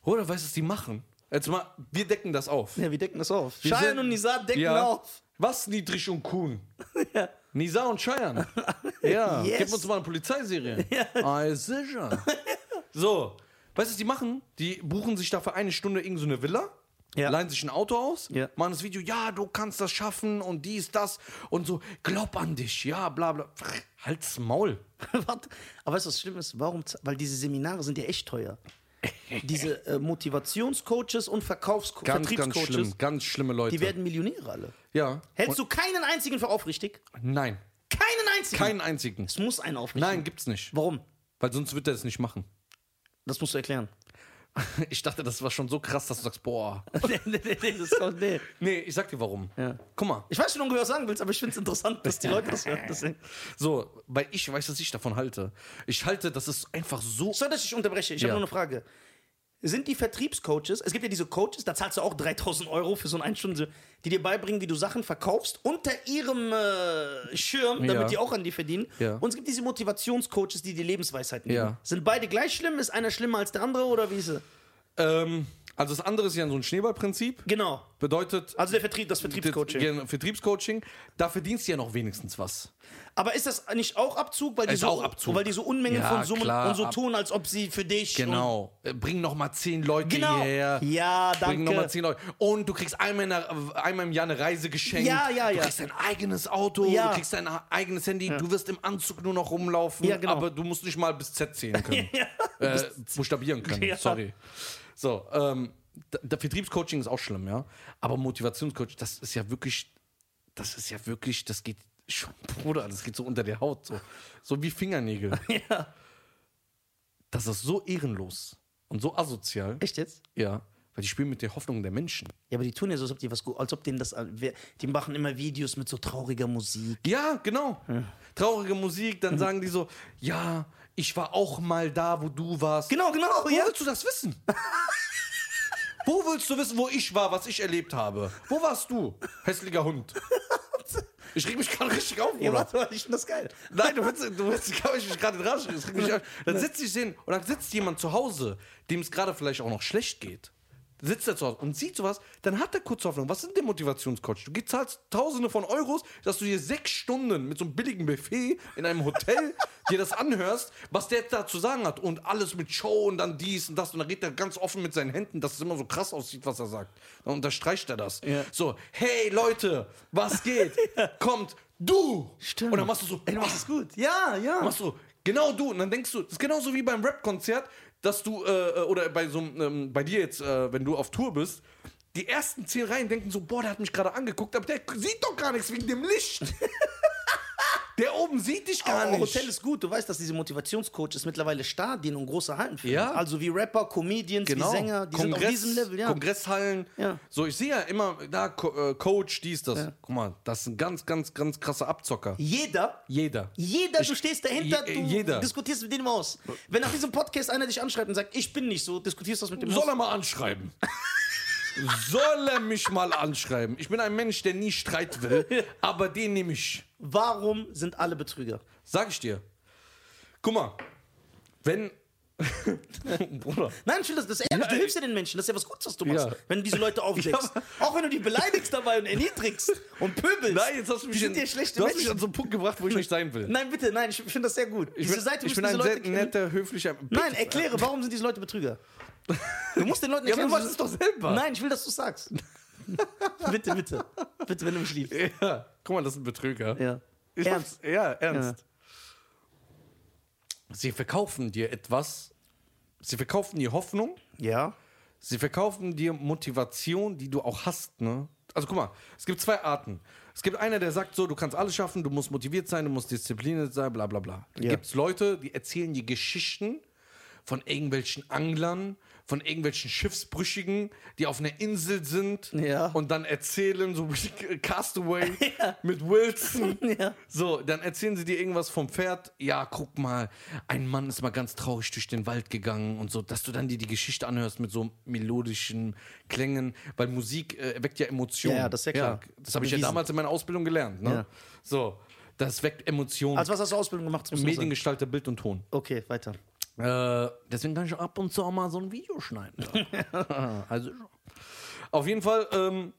S2: Oder weißt du, was die machen? Jetzt mal, wir decken das auf.
S1: Ja, wir decken das auf.
S2: Wir
S1: Shayan
S2: sind-
S1: und Nizar decken
S2: Ja.
S1: auf.
S2: Was Niedrig und Kuhn? Nisa und Cheyenne. Ja,
S1: Yes.
S2: gib uns mal eine Polizeiserie. Ah, ist sicher. So, weißt du, was die machen? Die buchen sich dafür eine Stunde irgendeine so eine Villa,
S1: Ja.
S2: leihen sich ein Auto aus,
S1: Ja.
S2: machen das Video, ja, du kannst das schaffen und dies, das und so, glaub an dich, ja, bla bla. Halt's Maul.
S1: Warte. Aber weißt du, was schlimm ist? Warum? z- Weil diese Seminare sind ja echt teuer. Diese äh, Motivationscoaches und Verkaufscoaches,
S2: Ganz, ganz
S1: Vertriebscoaches,
S2: schlimm, ganz schlimme Leute.
S1: die werden Millionäre alle.
S2: ja.
S1: Hältst du keinen einzigen für aufrichtig?
S2: Nein,
S1: Keinen einzigen!
S2: keinen einzigen.
S1: Es muss einen aufrichtig.
S2: Nein, gibt's nicht.
S1: Warum?
S2: Weil sonst wird er es nicht machen.
S1: Das musst du erklären.
S2: Ich dachte, das war schon so krass, dass du sagst, boah.
S1: Nee, nee, nee, nee, das kommt, nee.
S2: Nee, ich sag dir warum. Guck mal.
S1: Ich weiß schon ungefähr, was du sagen willst, aber ich finde es interessant, dass die Leute das hören. Deswegen.
S2: So, weil ich weiß, was ich davon halte. Ich halte, das ist einfach so.
S1: Sorry, dass ich unterbreche. Ich
S2: Ja.
S1: habe nur eine Frage. Sind die Vertriebscoaches, es gibt ja diese Coaches, da zahlst du auch 3000 Euro für so eine Stunde, die dir beibringen, wie du Sachen verkaufst, unter ihrem äh, Schirm, damit
S2: Ja.
S1: die auch an die verdienen.
S2: Ja.
S1: Und es gibt diese Motivationscoaches, die dir Lebensweisheiten geben.
S2: Ja.
S1: Sind beide gleich schlimm? Ist einer schlimmer als der andere oder wie ist es?
S2: Ähm, also, das andere ist ja so ein Schneeballprinzip.
S1: Genau.
S2: Bedeutet.
S1: Also der Vertrieb, das
S2: das-
S1: Vertriebscoaching.
S2: ja, Vertriebscoaching, da verdienst du ja noch wenigstens was.
S1: Aber ist das nicht auch Abzug, weil die,
S2: Ist
S1: so,
S2: auch Abzug.
S1: Weil die so Unmengen
S2: Ja,
S1: von Summen
S2: klar,
S1: und so
S2: ab-
S1: tun, als ob sie für dich.
S2: Genau. Äh, Bring noch mal zehn Leute
S1: Und, genau.
S2: hierher.
S1: Ja,
S2: Bring
S1: danke.
S2: nochmal zehn Leute. Und du kriegst einmal, in der, einmal im Jahr eine Reise geschenkt.
S1: Ja, ja, ja.
S2: Du kriegst dein eigenes Auto,
S1: Ja.
S2: du kriegst dein eigenes Handy, du wirst im Anzug nur noch rumlaufen,
S1: Ja, genau.
S2: aber du musst nicht mal bis Z zählen können.
S1: Ja.
S2: äh, buchstabieren können,
S1: Ja.
S2: sorry. So, ähm, d- der Vertriebscoaching ist auch schlimm, ja. Aber Motivationscoach, das ist ja wirklich, das ist ja wirklich, das geht schon, Bruder, das geht so unter der Haut, so, so wie Fingernägel.
S1: Ja.
S2: Das ist so ehrenlos und so asozial.
S1: Echt jetzt?
S2: Ja, weil die spielen mit der Hoffnung der Menschen.
S1: Ja, aber die tun ja so, als ob die was gut, als ob denen das, äh, wer- die machen immer Videos mit so trauriger Musik.
S2: Ja, genau. Traurige Musik,
S1: Mhm.
S2: dann sagen die so, ja, ich war auch mal da, wo du warst.
S1: Genau, genau,
S2: Wo willst du das wissen? wo willst du wissen, wo ich war, was ich erlebt habe? Wo warst du, hässlicher Hund? Ich reg mich gerade richtig auf,
S1: Ja,
S2: Bruder.
S1: warte mal, ich finde das geil.
S2: Nein, du willst, du willst, glaub ich mich gerade dran. Das regt mich auf. Dann sitzt ich hin und dann sitzt jemand zu Hause, dem es gerade vielleicht auch noch schlecht geht. Sitzt er zu Hause und sieht sowas, dann hat er kurz Hoffnung. Was sind denn Motivationscoach? Du zahlst Tausende von Euros, dass du dir sechs Stunden mit so einem billigen Buffet in einem Hotel dir das anhörst, was der jetzt da zu sagen hat. Und alles mit Show und dann dies und das. Und dann redet er ganz offen mit seinen Händen, dass es immer so krass aussieht, was er sagt. Dann unterstreicht er das.
S1: Ja.
S2: So, hey Leute, was geht? Kommt du!
S1: Stimmt.
S2: Und dann machst du so,
S1: Ey, du machst es gut. Ja, ja.
S2: machst du genau du und dann denkst du, das ist genauso wie beim Rap-Konzert, dass du äh, oder bei so einem, ähm, bei dir jetzt, äh, wenn du auf Tour bist, die ersten zehn Reihen denken so, boah, der hat mich gerade angeguckt, aber der sieht doch gar nichts wegen dem Licht. Der oben sieht dich gar
S1: Aber
S2: nicht.
S1: Hotel ist gut. Du weißt, dass diese Motivationscoaches mittlerweile Stadien und große Hallen finden.
S2: Ja.
S1: Also wie Rapper, Comedians, wie Sänger. Die sind auf diesem Level. Ja.
S2: Genau. Kongresshallen.
S1: Ja.
S2: So, ich sehe ja immer, da, Co äh, Coach, dies, das. Guck mal, das ist ein ganz, ganz, ganz krasser Abzocker.
S1: Jeder
S2: Jeder.
S1: Jeder, du stehst dahinter,
S2: Je-
S1: du
S2: jeder.
S1: diskutierst mit dem aus. Wenn nach diesem Podcast einer dich anschreibt und sagt, ich bin nicht so, diskutierst du das mit dem
S2: Soll
S1: aus.
S2: er mal anschreiben? Soll er mich mal anschreiben? Ich bin ein Mensch, der nie Streit will, aber den nehme ich.
S1: Warum sind alle Betrüger?
S2: Sag ich dir. Guck mal, wenn. Bruder.
S1: Nein, ich will das, das ist ehrlich, du
S2: ey.
S1: hilfst ja den Menschen, das ist ja was Gutes, was du machst,
S2: Ja.
S1: wenn du diese Leute aufdeckst. Auch wenn du die beleidigst dabei und erniedrigst und pöbelst.
S2: Nein, jetzt hast du mich,
S1: Die sind
S2: an-
S1: ja schlechte
S2: du hast mich
S1: Menschen.
S2: an so einen Punkt gebracht, wo ich nicht sein will.
S1: Nein, bitte, nein, ich finde das sehr gut.
S2: ich
S1: diese
S2: bin,
S1: Seite
S2: ich
S1: müssen
S2: bin
S1: diese
S2: ein
S1: Leute
S2: sehr
S1: kennen.
S2: netter, höflicher.
S1: Nein, erkläre, warum sind diese Leute Betrüger? Du musst den Leuten
S2: Ja, aber
S1: erklären.
S2: du
S1: was-
S2: machst es doch selber.
S1: Nein, ich will, dass du sagst. bitte, bitte. Bitte, wenn du mich liebst.
S2: Ja. Guck mal, das sind Betrüger.
S1: Ja.
S2: Ich
S1: Ernst.
S2: hab's- Ja, ernst. Sie verkaufen dir etwas. Sie verkaufen dir Hoffnung.
S1: Ja.
S2: Sie verkaufen dir Motivation, die du auch hast, ne? Also guck mal, es gibt zwei Arten. Es gibt einer, der sagt so, du kannst alles schaffen, du musst motiviert sein, du musst diszipliniert sein, bla bla bla. Dann
S1: Ja.
S2: gibt es Leute, die erzählen dir Geschichten von irgendwelchen Anglern, von irgendwelchen Schiffsbrüchigen, die auf einer Insel sind
S1: Ja.
S2: und dann erzählen, so wie Castaway mit Wilson.
S1: Ja.
S2: So, dann erzählen sie dir irgendwas vom Pferd. Ja, guck mal, ein Mann ist mal ganz traurig durch den Wald gegangen und so, dass du dann dir die Geschichte anhörst mit so melodischen Klängen, weil Musik äh, weckt ja Emotionen.
S1: Ja, ja, das ist ja klar.
S2: das habe ich ja
S1: Bewiesen.
S2: damals in meiner Ausbildung gelernt. Ne?
S1: Ja.
S2: So, das weckt Emotionen.
S1: Also was hast du Ausbildung gemacht? Zum Medien
S2: Mediengestalter, Bild und Ton.
S1: okay, weiter.
S2: Äh, deswegen kann ich ab und zu auch mal so ein Video schneiden. also, auf jeden Fall, ähm,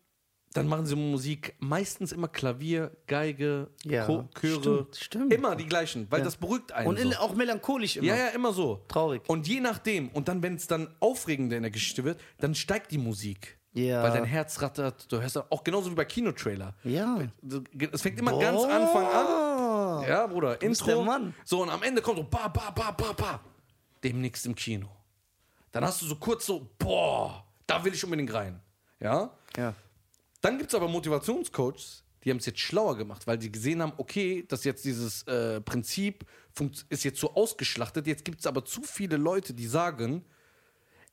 S2: dann machen sie Musik. Meistens immer Klavier, Geige,
S1: Ja,
S2: Cho- Chöre.
S1: stimmt, stimmt.
S2: Immer die gleichen, weil das beruhigt einen.
S1: Und in,
S2: so.
S1: auch melancholisch immer.
S2: Ja, ja, immer so.
S1: Traurig.
S2: Und je nachdem, und dann, wenn es dann aufregender in der Geschichte wird, dann steigt die Musik.
S1: Ja.
S2: Weil dein Herz rattert, du hörst auch genauso wie bei Kinotrailer.
S1: Ja.
S2: Es fängt immer ganz Anfang an
S1: an.
S2: ja, Bruder,
S1: bist
S2: Intro.
S1: der Mann.
S2: So, und am Ende kommt so ba, ba, ba, ba, ba. Demnächst im Kino. Dann hast du so kurz so, boah, da will ich unbedingt rein. Ja?
S1: Ja.
S2: Dann gibt es aber Motivationscoaches, die haben es jetzt schlauer gemacht, weil die gesehen haben, okay, dass jetzt dieses äh, Prinzip funkt- ist jetzt so ausgeschlachtet. Jetzt gibt es aber zu viele Leute, die sagen,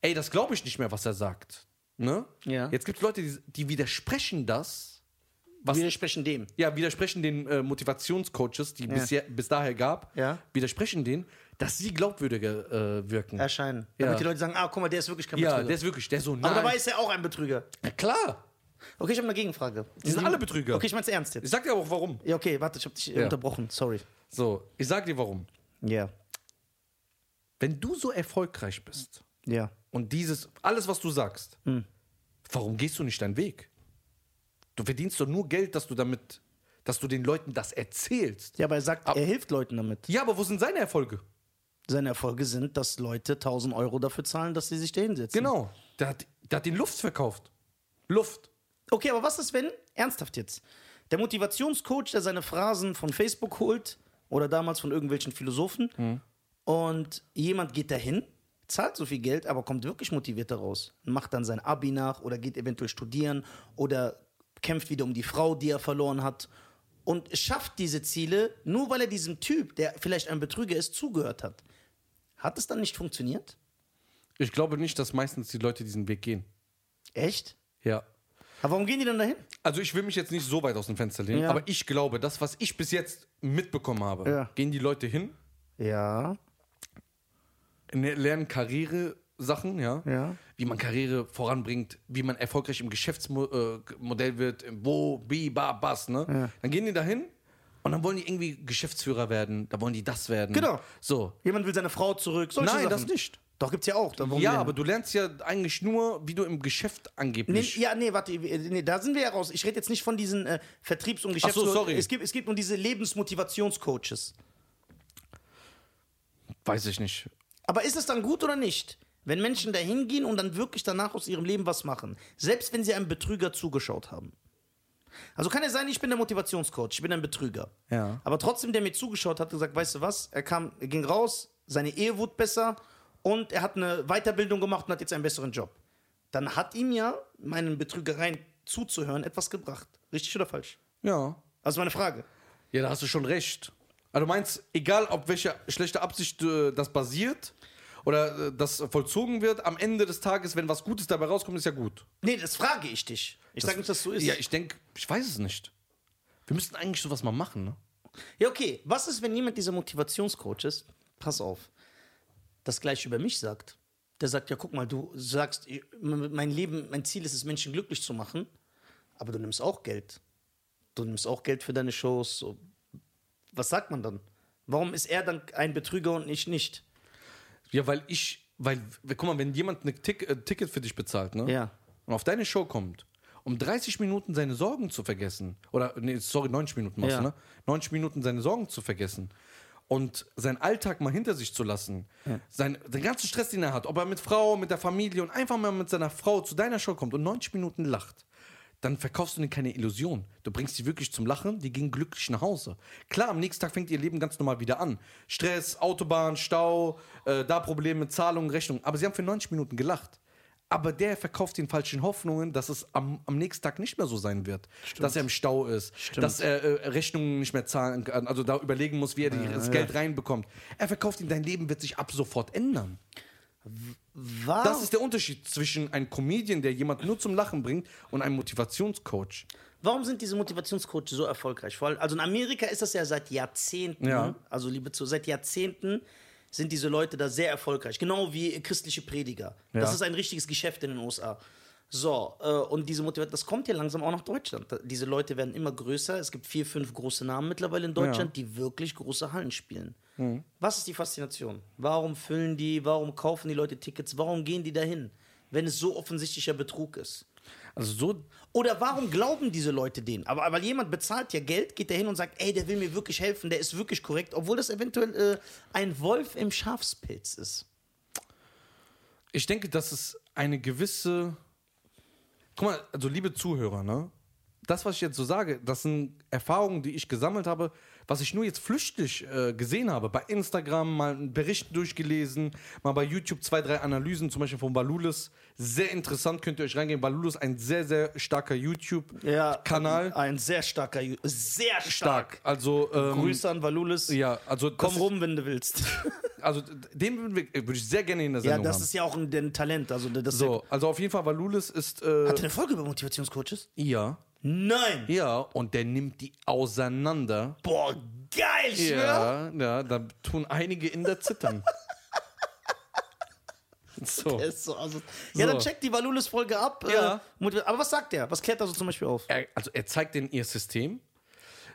S2: ey, das glaube ich nicht mehr, was er sagt. Ne?
S1: Ja.
S2: Jetzt gibt es Leute, die, die widersprechen das, was
S1: Widersprechen dem.
S2: ja, widersprechen den äh, Motivationscoaches, die bisher, bis daher gab,
S1: Ja.
S2: widersprechen denen, dass sie glaubwürdiger äh, wirken.
S1: Erscheinen.
S2: Ja.
S1: Damit die Leute sagen, ah, guck mal, der ist wirklich kein
S2: ja,
S1: Betrüger.
S2: der ist wirklich, der ist so
S1: Aber dabei
S2: nein.
S1: ist er auch ein Betrüger.
S2: Na klar.
S1: Okay, ich habe eine Gegenfrage. Die
S2: sind alle Betrüger.
S1: Okay, ich mein's ernst
S2: Ich
S1: jetzt.
S2: sag dir aber auch warum.
S1: Ja, okay, warte, ich habe dich unterbrochen. Sorry.
S2: So, ich sag dir warum.
S1: Ja.
S2: Wenn du so erfolgreich bist
S1: Ja.
S2: und dieses, alles, was du sagst,
S1: Hm.
S2: warum gehst du nicht deinen Weg? Du verdienst doch nur Geld, dass du damit, dass du den Leuten das erzählst.
S1: Ja, aber er sagt, er hilft Leuten damit.
S2: Ja, aber wo sind seine Erfolge?
S1: Seine Erfolge sind, dass Leute 1000 Euro dafür zahlen, dass sie sich da hinsetzen.
S2: Genau. Der hat, der hat den Luft verkauft. Luft.
S1: Okay, aber was ist, wenn, ernsthaft jetzt, der Motivationscoach, der seine Phrasen von Facebook holt oder damals von irgendwelchen Philosophen
S2: Mhm.
S1: und jemand geht dahin, zahlt so viel Geld, aber kommt wirklich motiviert daraus, macht dann sein Abi nach oder geht eventuell studieren oder kämpft wieder um die Frau, die er verloren hat und schafft diese Ziele, nur weil er diesem Typ, der vielleicht ein Betrüger ist, zugehört hat. Hat es dann nicht funktioniert?
S2: Ich glaube nicht, dass meistens die Leute diesen Weg gehen.
S1: Echt?
S2: Ja.
S1: Aber warum gehen die dann dahin?
S2: Also ich will mich jetzt nicht so weit aus dem Fenster lehnen,
S1: Ja.
S2: aber ich glaube, das, was ich bis jetzt mitbekommen habe,
S1: Ja.
S2: gehen die Leute hin,
S1: Ja,
S2: ne- lernen Karriere-Sachen, ja?
S1: Ja.
S2: wie man Karriere voranbringt, wie man erfolgreich im Geschäftsmodell wird, im wo, bi, ba, bas, ne? Dann gehen die dahin und dann wollen die irgendwie Geschäftsführer werden, da wollen die das werden.
S1: Genau.
S2: So.
S1: Jemand will seine Frau zurück. Solche
S2: Nein,
S1: Sachen.
S2: das nicht.
S1: Doch, gibt's ja auch. Da wollen
S2: Ja,
S1: wir-
S2: aber du lernst ja eigentlich nur, wie du im Geschäft
S1: Nee,
S2: angeblich.
S1: ja, nee, warte, äh, nee, da sind wir ja raus. Ich rede jetzt nicht von diesen äh, Vertriebs- und Geschäfts-
S2: sorry.
S1: Es gibt, es gibt nur diese Lebensmotivationscoaches.
S2: Weiß ich nicht.
S1: Aber ist es dann gut oder nicht, wenn Menschen da hingehen und dann wirklich danach aus ihrem Leben was machen? Selbst wenn sie einem Betrüger zugeschaut haben. Also kann ja sein, ich bin der Motivationscoach, ich bin ein Betrüger.
S2: Ja.
S1: Aber trotzdem, der mir zugeschaut hat, hat gesagt, weißt du was, er, kam, er ging raus, seine Ehe wurde besser und er hat eine Weiterbildung gemacht und hat jetzt einen besseren Job. Dann hat ihm ja, meinen Betrügereien zuzuhören, etwas gebracht. Richtig oder falsch?
S2: Ja.
S1: Das ist meine Frage.
S2: Ja, da hast du schon recht. Also du meinst, egal auf welcher schlechte Absicht äh, das basiert oder äh, das vollzogen wird, am Ende des Tages, wenn was Gutes dabei rauskommt, ist ja gut.
S1: Nee, das frage ich dich. Ich sage nicht, dass so ist.
S2: Ja, ich denke, ich weiß es nicht. Wir müssten eigentlich sowas mal machen, ne?
S1: Ja, okay. Was ist, wenn jemand dieser Motivationscoach ist? Pass auf. Das gleiche über mich sagt. Der sagt, ja, guck mal, du sagst, ich- m- mein Leben, mein Ziel ist es, Menschen glücklich zu machen, aber du nimmst auch Geld. Du nimmst auch Geld für deine Shows. So. Was sagt man dann? Warum ist er dann ein Betrüger und ich nicht?
S2: Ja, weil ich, weil, guck mal, wenn jemand ein Tick, äh, Ticket für dich bezahlt, ne?
S1: Ja.
S2: Und auf deine Show kommt, um 30 Minuten seine Sorgen zu vergessen, oder, nee, sorry, 90 Minuten machst
S1: Ja.
S2: du, ne? 90 Minuten seine Sorgen zu vergessen und seinen Alltag mal hinter sich zu lassen, sein, den ganzen Stress, den er hat, ob er mit Frau, mit der Familie und einfach mal mit seiner Frau zu deiner Show kommt und 90 Minuten lacht, dann verkaufst du denen keine Illusion. Du bringst die wirklich zum Lachen, die gehen glücklich nach Hause. Klar, am nächsten Tag fängt ihr Leben ganz normal wieder an. Stress, Autobahn, Stau, äh, da Probleme mit Zahlungen, Rechnungen. Aber sie haben für 90 Minuten gelacht. Aber der verkauft den falschen Hoffnungen, dass es am, am nächsten Tag nicht mehr so sein wird. Dass er im Stau ist, dass er äh, Rechnungen nicht mehr zahlen kann, also da überlegen muss, wie er die, das Geld reinbekommt. Er verkauft ihn, dein Leben wird sich ab sofort ändern.
S1: Warum?
S2: Das ist der Unterschied zwischen einem Comedian, der jemand nur zum Lachen bringt, und einem Motivationscoach.
S1: Warum sind diese Motivationscoaches so erfolgreich? Vor allem, also in Amerika ist das ja seit Jahrzehnten.
S2: Ja.
S1: Also liebe zu, seit Jahrzehnten sind diese Leute da sehr erfolgreich. Genau wie christliche Prediger. Das
S2: Ja.
S1: ist ein richtiges Geschäft in den USA. So, äh, und diese Motivation, das kommt ja langsam auch nach Deutschland. Da- Diese Leute werden immer größer. Es gibt vier, fünf große Namen mittlerweile in Deutschland, die wirklich große Hallen spielen.
S2: Mhm.
S1: Was ist die Faszination? Warum füllen die, warum kaufen die Leute Tickets, warum gehen die dahin, wenn es so offensichtlicher Betrug ist?
S2: Also so
S1: Oder warum glauben diese Leute denen? Aber, aber jemand bezahlt ja Geld, geht da hin und sagt, ey, der will mir wirklich helfen, der ist wirklich korrekt, obwohl das eventuell äh, ein Wolf im Schafspilz ist.
S2: ich denke, dass es eine gewisse. Guck mal, also liebe Zuhörer, ne? Das, was ich jetzt so sage, das sind Erfahrungen, die ich gesammelt habe, was ich nur jetzt flüchtig äh, gesehen habe. Bei Instagram mal einen Bericht durchgelesen, mal bei YouTube zwei, drei Analysen, zum Beispiel von Balulis. Sehr interessant, könnt ihr euch reingehen. Balulis, ein sehr, sehr starker YouTube-Kanal.
S1: Ein sehr starker, Ju- sehr stark.
S2: Stark. Also, ähm,
S1: Grüße an Valulis.
S2: ja, also, das
S1: Komm
S2: ist-
S1: rum, wenn du willst.
S2: also den würden wir- würde ich sehr gerne in der
S1: ja,
S2: Sendung
S1: das
S2: haben.
S1: ist ja auch ein, ein Talent. Also, das ist ja,
S2: Genau. so, also auf jeden Fall, Balulis ist. Äh,
S1: hat er eine Folge über Motivationscoaches?
S2: ja.
S1: Nein!
S2: Ja, und der nimmt die auseinander.
S1: Boah, geil, ich schwör.
S2: Ja, ja, da tun einige in der Zittern. So.
S1: Ist so, also, ja,
S2: So.
S1: dann checkt die Valulis-Folge ab.
S2: Ja.
S1: Äh, Motiva- aber was sagt er? Was klärt er so zum Beispiel auf?
S2: Er, also er zeigt denen ihr System,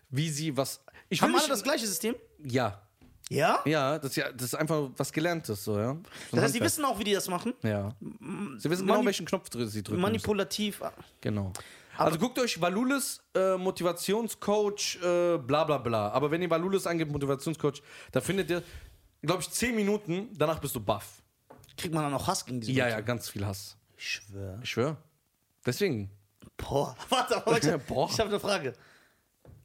S2: wie sie was. Ich will
S1: Haben alle
S2: nicht,
S1: das gleiche System?
S2: ja,
S1: Ja?
S2: ja, das ist ja, das ist einfach was Gelerntes, so ja. So ein
S1: Das heißt, die
S2: Handwerk.
S1: wissen auch, wie die das machen.
S2: Ja. Sie wissen genau,
S1: Manip-
S2: welchen Knopf dr- sie drücken. müssen.
S1: Manipulativ. ah,
S2: Genau. Also guckt euch Valulis äh, Motivationscoach, äh, bla bla bla. Aber wenn ihr Valulis angebt, Motivationscoach, da findet ihr, glaube ich, 10 Minuten, danach bist du baff.
S1: Kriegt man dann auch Hass gegen diese
S2: Ja,
S1: Leute?
S2: ja, ganz viel Hass.
S1: Ich schwör.
S2: Ich schwöre. Deswegen.
S1: Boah. Warte, aber ich,
S2: Boah.
S1: ich habe eine Frage.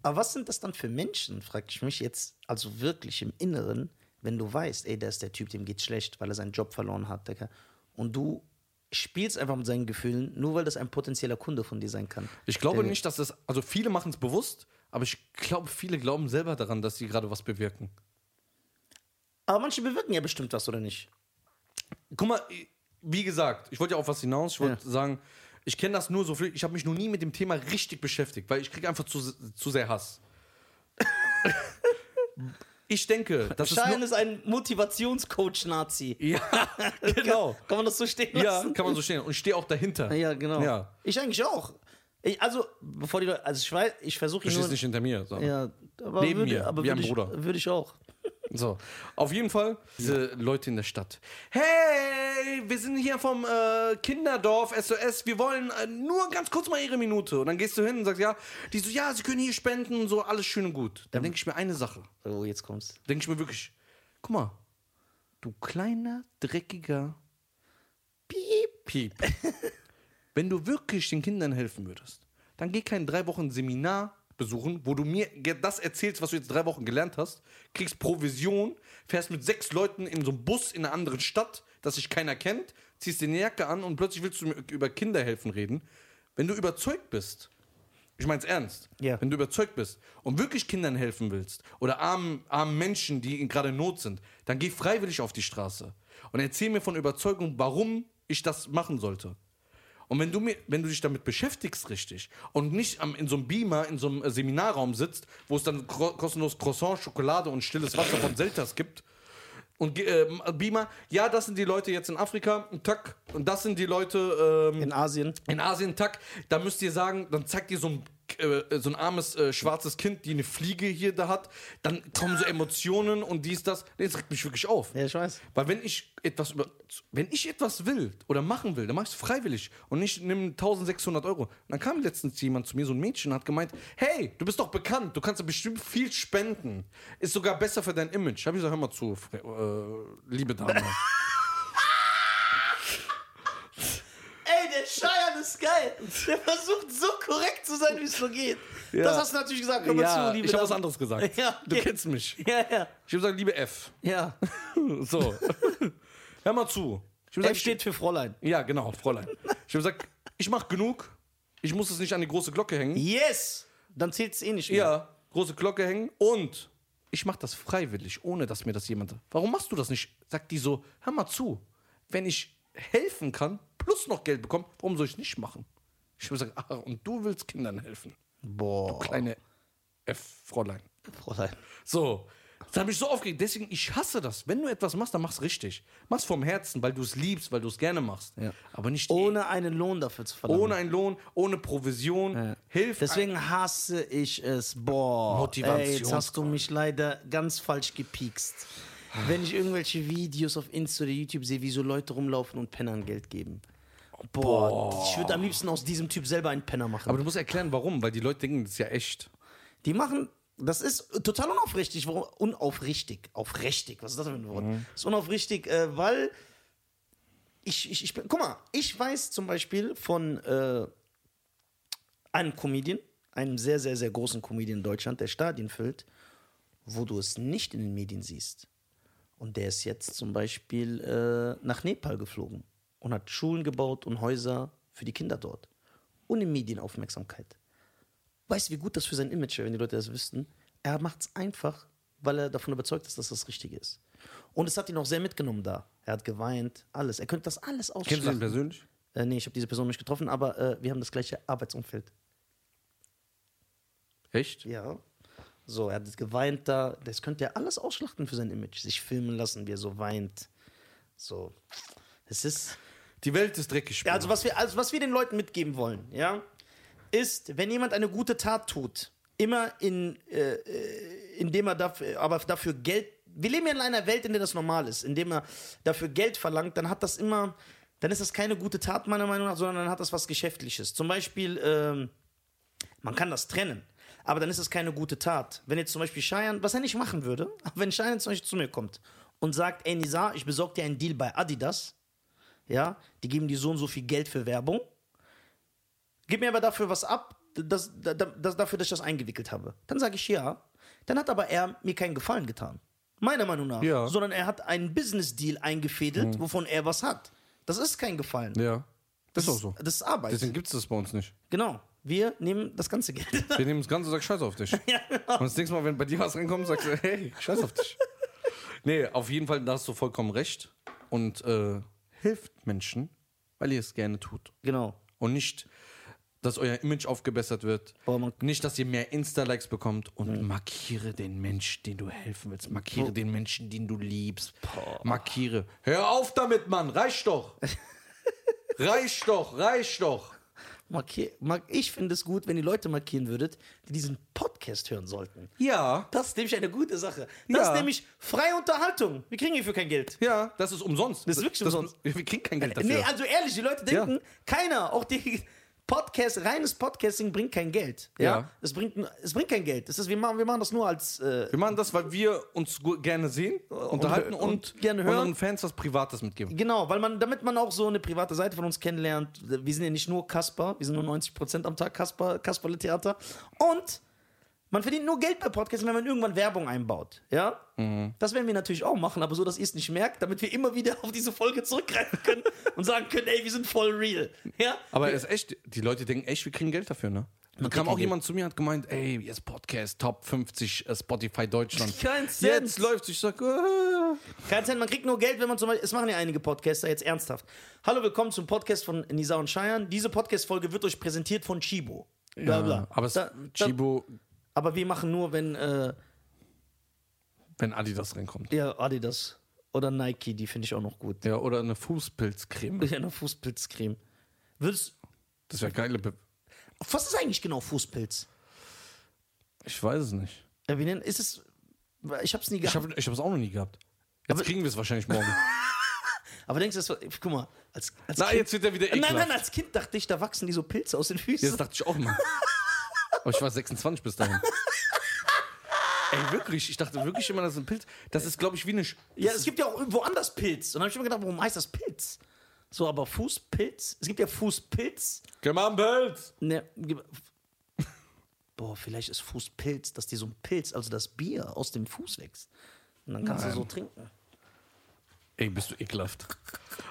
S1: Aber was sind das dann für Menschen, fragte ich mich jetzt, also wirklich im Inneren, wenn du weißt, ey, da ist der Typ, dem geht's schlecht, weil er seinen Job verloren hat, der kann, und du spielst einfach mit seinen Gefühlen, nur weil das ein potenzieller Kunde von dir sein kann.
S2: Ich glaube nicht, dass das. Also viele machen es bewusst, aber ich glaube, viele glauben selber daran, dass sie gerade was bewirken.
S1: Aber manche bewirken ja bestimmt was, oder nicht?
S2: Guck mal, wie gesagt, ich wollte ja auf was hinaus. Ich wollte
S1: Ja.
S2: sagen, ich kenne das nur so viel. Ich habe mich noch nie mit dem Thema richtig beschäftigt, weil ich kriege einfach zu, zu sehr Hass. ich denke, das ist
S1: Schein
S2: nur,
S1: ist ein Motivationscoach-Nazi.
S2: Ja, genau.
S1: Kann man das so stehen
S2: Ja,
S1: lassen?
S2: kann man so stehen. Und ich stehe auch dahinter.
S1: Ja, genau.
S2: Ja.
S1: Ich eigentlich auch. Ich, also, bevor die Leute, also ich weiß, ich versuche
S2: Du
S1: nur.
S2: stehst nicht hinter mir. So.
S1: ja, aber
S2: Neben
S1: würde,
S2: mir,
S1: aber
S2: wie ein
S1: würde ich,
S2: Bruder.
S1: Würde ich auch.
S2: So, auf jeden Fall diese Leute in der Stadt. Hey, wir sind hier vom äh, Kinderdorf SOS. Wir wollen äh, nur ganz kurz mal ihre Minute. Und dann gehst du hin und sagst ja, die so ja, sie können hier spenden und so alles schön und gut. Dann denke ich mir eine Sache.
S1: Oh, jetzt kommst.
S2: Denke ich mir wirklich. Guck mal, du kleiner dreckiger Piep Piep. Wenn du wirklich den Kindern helfen würdest, dann geh kein drei Wochen Seminar besuchen, wo du mir ge- das erzählst, was du jetzt drei Wochen gelernt hast, kriegst Provision, fährst mit sechs Leuten in so einem Bus in einer anderen Stadt, dass sich keiner kennt, ziehst dir eine Jacke an und plötzlich willst du mir über Kinder helfen reden. Wenn du überzeugt bist, Ich mein's ernst.
S1: Ja.
S2: Wenn du überzeugt bist und wirklich Kindern helfen willst oder armen, armen Menschen, die in gerade in Not sind, dann geh freiwillig auf die Straße und erzähl mir von Überzeugung, warum ich das machen sollte. Und wenn du, mir, wenn du dich damit beschäftigst richtig und nicht am, in so einem Beamer, in so einem äh, Seminarraum sitzt, wo es dann kro- kostenlos Croissant, Schokolade und stilles Wasser von Selters gibt, und ge- ähm, Beamer, ja, das sind die Leute jetzt in Afrika, tack, und das sind die Leute ähm,
S1: In Asien.
S2: in Asien, tack, da müsst ihr sagen, dann zeigt ihr so ein, äh, so ein armes äh, schwarzes Kind, die eine Fliege hier da hat, dann kommen so Emotionen und dies, das. Nee, das regt mich wirklich auf.
S1: Ja, ich weiß.
S2: Weil wenn ich etwas über, wenn ich etwas will oder machen will, dann mache ich es freiwillig und nicht nimm 1600 Euro. Und dann kam letztens jemand zu mir, so ein Mädchen, und hat gemeint, hey, du bist doch bekannt, du kannst ja bestimmt viel spenden, ist sogar besser für dein Image. Habe ich gesagt, hör mal zu, Fre- äh, liebe Dame.
S1: Ey, der Scheiern ist geil. Der versucht so korrekt zu sein, wie es nur geht. Das hast du natürlich gesagt. Hör mal
S2: ja,
S1: zu, liebe
S2: ich habe was
S1: Damen.
S2: anderes gesagt.
S1: Ja,
S2: Du
S1: okay.
S2: kennst mich. Ich
S1: Ja, ja,
S2: habe gesagt, liebe F.
S1: ja.
S2: So, hör mal zu. Ich hab gesagt,
S1: F steht für Fräulein.
S2: ja, genau, Fräulein. Ich habe gesagt, ich mache genug, ich muss es nicht an die große Glocke hängen.
S1: Yes! Dann zählt es eh nicht mehr.
S2: Ja, große Glocke hängen und ich mache das freiwillig, ohne dass mir das jemand. Warum machst du das nicht? Sagt die so, hör mal zu, wenn ich helfen kann, plus noch Geld bekomme, warum soll ich nicht machen? Ich würde sagen, ah, und du willst Kindern helfen.
S1: Boah.
S2: Kleine F-Fräulein.
S1: Fräulein.
S2: So. Das hat mich so aufgeregt. Deswegen, ich hasse das. Wenn du etwas machst, dann mach's richtig. Mach's vom Herzen, weil du es liebst, weil du es gerne machst.
S1: Ja. Oh.
S2: Aber nicht
S1: Ohne einen Lohn dafür zu verlangen.
S2: ohne einen Lohn, ohne Provision. Hilf
S1: Deswegen hasse ich es. Boah.
S2: Motivation.
S1: Ey, jetzt hast du mich leider ganz falsch gepiekst. Wenn ich irgendwelche Videos auf Insta oder YouTube sehe, wie so Leute rumlaufen und Pennern Geld geben. Boah, ich würde am liebsten aus diesem Typ selber einen Penner machen.
S2: Aber du musst erklären, warum, weil die Leute denken, das ist ja echt.
S1: Die machen, das ist total unaufrichtig. Warum? Unaufrichtig. Aufrichtig. Was ist das denn für ein Wort?
S2: Mhm.
S1: Das ist unaufrichtig, äh, weil ich, ich, ich bin, guck mal, ich weiß zum Beispiel von äh, einem Comedian, einem sehr, sehr, sehr großen Comedian in Deutschland, der Stadien füllt, wo du es nicht in den Medien siehst. Und der ist jetzt zum Beispiel äh, nach Nepal geflogen und hat Schulen gebaut und Häuser für die Kinder dort. Ohne Medienaufmerksamkeit. Weißt du, wie gut das für sein Image wäre, wenn die Leute das wüssten? Er macht es einfach, weil er davon überzeugt ist, dass das Richtige ist. Und es hat ihn auch sehr mitgenommen da. Er hat geweint, alles. Er könnte das alles
S2: Kennst du den
S1: ausschlachten.
S2: persönlich?
S1: Äh, nee, ich habe diese Person nicht getroffen, aber äh, wir haben das gleiche Arbeitsumfeld.
S2: Echt?
S1: Ja. So, er hat geweint da. Das könnte er alles ausschlachten für sein Image. Sich filmen lassen, wie er so weint. So. Es ist.
S2: Die Welt ist dreckig.
S1: Ja, also was wir, also was wir den Leuten mitgeben wollen, ja, ist, wenn jemand eine gute Tat tut, immer in, äh, äh, indem er dafür, aber dafür Geld, wir leben ja in einer Welt, in der das normal ist, indem er dafür Geld verlangt, dann hat das immer, dann ist das keine gute Tat meiner Meinung nach, sondern dann hat das was Geschäftliches. Zum Beispiel, ähm, man kann das trennen. Aber dann ist es keine gute Tat. Wenn jetzt zum Beispiel Cheyenne, was er nicht machen würde, aber wenn Cheyenne zum Beispiel zu mir kommt und sagt, ey Nisa, ich besorge dir einen Deal bei Adidas, ja, die geben dir so und so viel Geld für Werbung, gib mir aber dafür was ab, das, das, das, dafür, dass ich das eingewickelt habe. Dann sage ich ja. Dann hat aber er mir keinen Gefallen getan. Meiner Meinung nach.
S2: Ja. Mhm.
S1: Sondern er hat einen Business-Deal eingefädelt, wovon er was hat. Das ist kein Gefallen.
S2: Ja. Das ist auch so.
S1: Das ist Arbeit.
S2: Deswegen gibt es das bei uns nicht.
S1: genau. Wir nehmen das ganze Geld.
S2: Wir nehmen das Ganze und sagen Scheiß auf dich.
S1: ja, genau.
S2: Und das nächste Mal, wenn bei dir was reinkommt, sagst du, hey, Scheiß auf dich. Nee, auf jeden Fall, da hast du vollkommen recht. Und äh, hilft Menschen, weil ihr es gerne tut.
S1: Genau.
S2: Und nicht, dass euer Image aufgebessert wird.
S1: Boah, man- Mhm.
S2: Nicht, dass ihr mehr Insta-Likes bekommt. Und markiere den Menschen, den du helfen willst. Markiere den Menschen, den du liebst. Markiere. Hör auf damit, Mann. Reicht doch. reicht doch, reicht doch.
S1: Markier, mark, ich finde es gut, wenn ihr Leute markieren würdet, die diesen Podcast hören sollten.
S2: Ja.
S1: Das ist nämlich eine gute Sache. Das
S2: Ja.
S1: ist nämlich freie Unterhaltung. Wir kriegen hierfür kein Geld.
S2: Ja, das ist umsonst.
S1: Das ist wirklich umsonst.
S2: Wir kriegen kein Geld dafür.
S1: Nee, also ehrlich, die Leute denken,
S2: Ja.
S1: keiner, auch die Podcast, reines Podcasting bringt kein Geld. Ja.
S2: Ja.
S1: Es, bringt, es bringt kein Geld. Es ist, wir, machen, wir machen das nur als. Äh,
S2: wir machen das, weil wir uns gu- gerne sehen, unterhalten
S1: hö-
S2: und,
S1: und gerne hören.
S2: unseren Fans was Privates mitgeben.
S1: genau, weil man, damit man auch so eine private Seite von uns kennenlernt. Wir sind ja nicht nur Kasper, wir sind nur 90% am Tag Kasper, Kasperle Theater. Und Man verdient nur Geld bei Podcasts, wenn man irgendwann Werbung einbaut. Ja?
S2: Mhm.
S1: Das werden wir natürlich auch machen, aber so, dass ihr es nicht merkt, damit wir immer wieder auf diese Folge zurückgreifen können und sagen können, ey, wir sind voll real. Ja?
S2: Aber es ist echt, die Leute denken echt, wir kriegen Geld dafür, ne? Da kam auch jemand zu mir und hat gemeint, ey, jetzt Podcast, Top 50 äh, Spotify Deutschland.
S1: Kein Cent.
S2: Jetzt läuft's. Ich sag, äh,
S1: Kein Cent, man kriegt nur Geld, wenn man zum Beispiel. Es machen ja einige Podcaster jetzt ernsthaft. Hallo, willkommen zum Podcast von Nisa und Scheiern. Diese Podcast-Folge wird euch präsentiert von Chibo. Bla, bla.
S2: aber es,
S1: Da- da-
S2: Chibo,
S1: aber wir machen nur, wenn äh,
S2: wenn Adidas reinkommt.
S1: ja, Adidas oder Nike, die finde ich auch noch gut.
S2: Ja, oder eine Fußpilzcreme.
S1: Ja, eine Fußpilzcreme. Würdest,
S2: Das wäre geile Bib.
S1: was ist eigentlich genau Fußpilz?
S2: Ich weiß es nicht.
S1: Ja, wie nennen, ist es. Ich hab's nie
S2: Ich
S1: gehabt.
S2: habe ich hab's auch noch nie gehabt. Jetzt kriegen wir es wahrscheinlich morgen.
S1: aber denkst du, das war, guck mal, als, als
S2: Na,
S1: Kind.
S2: jetzt wird er wieder ekelhaft.
S1: nein, nein, als Kind dachte ich, da wachsen die so Pilze aus den Füßen.
S2: Jetzt dachte ich auch mal. Aber ich war 26 bis dahin. Ey, wirklich? Ich dachte wirklich immer, das ist ein Pilz. Das ist, glaube ich, wie eine. Sch
S1: Ja, es gibt ja auch woanders Pilz. Und dann habe ich immer gedacht, warum heißt das Pilz? So, aber Fußpilz? Es gibt ja Fußpilz.
S2: Geh mal am Pilz!
S1: Ne, gib- boah, vielleicht ist Fußpilz, dass dir so ein Pilz, also das Bier, aus dem Fuß wächst. Und dann kannst du so trinken.
S2: Ey, bist du ekelhaft.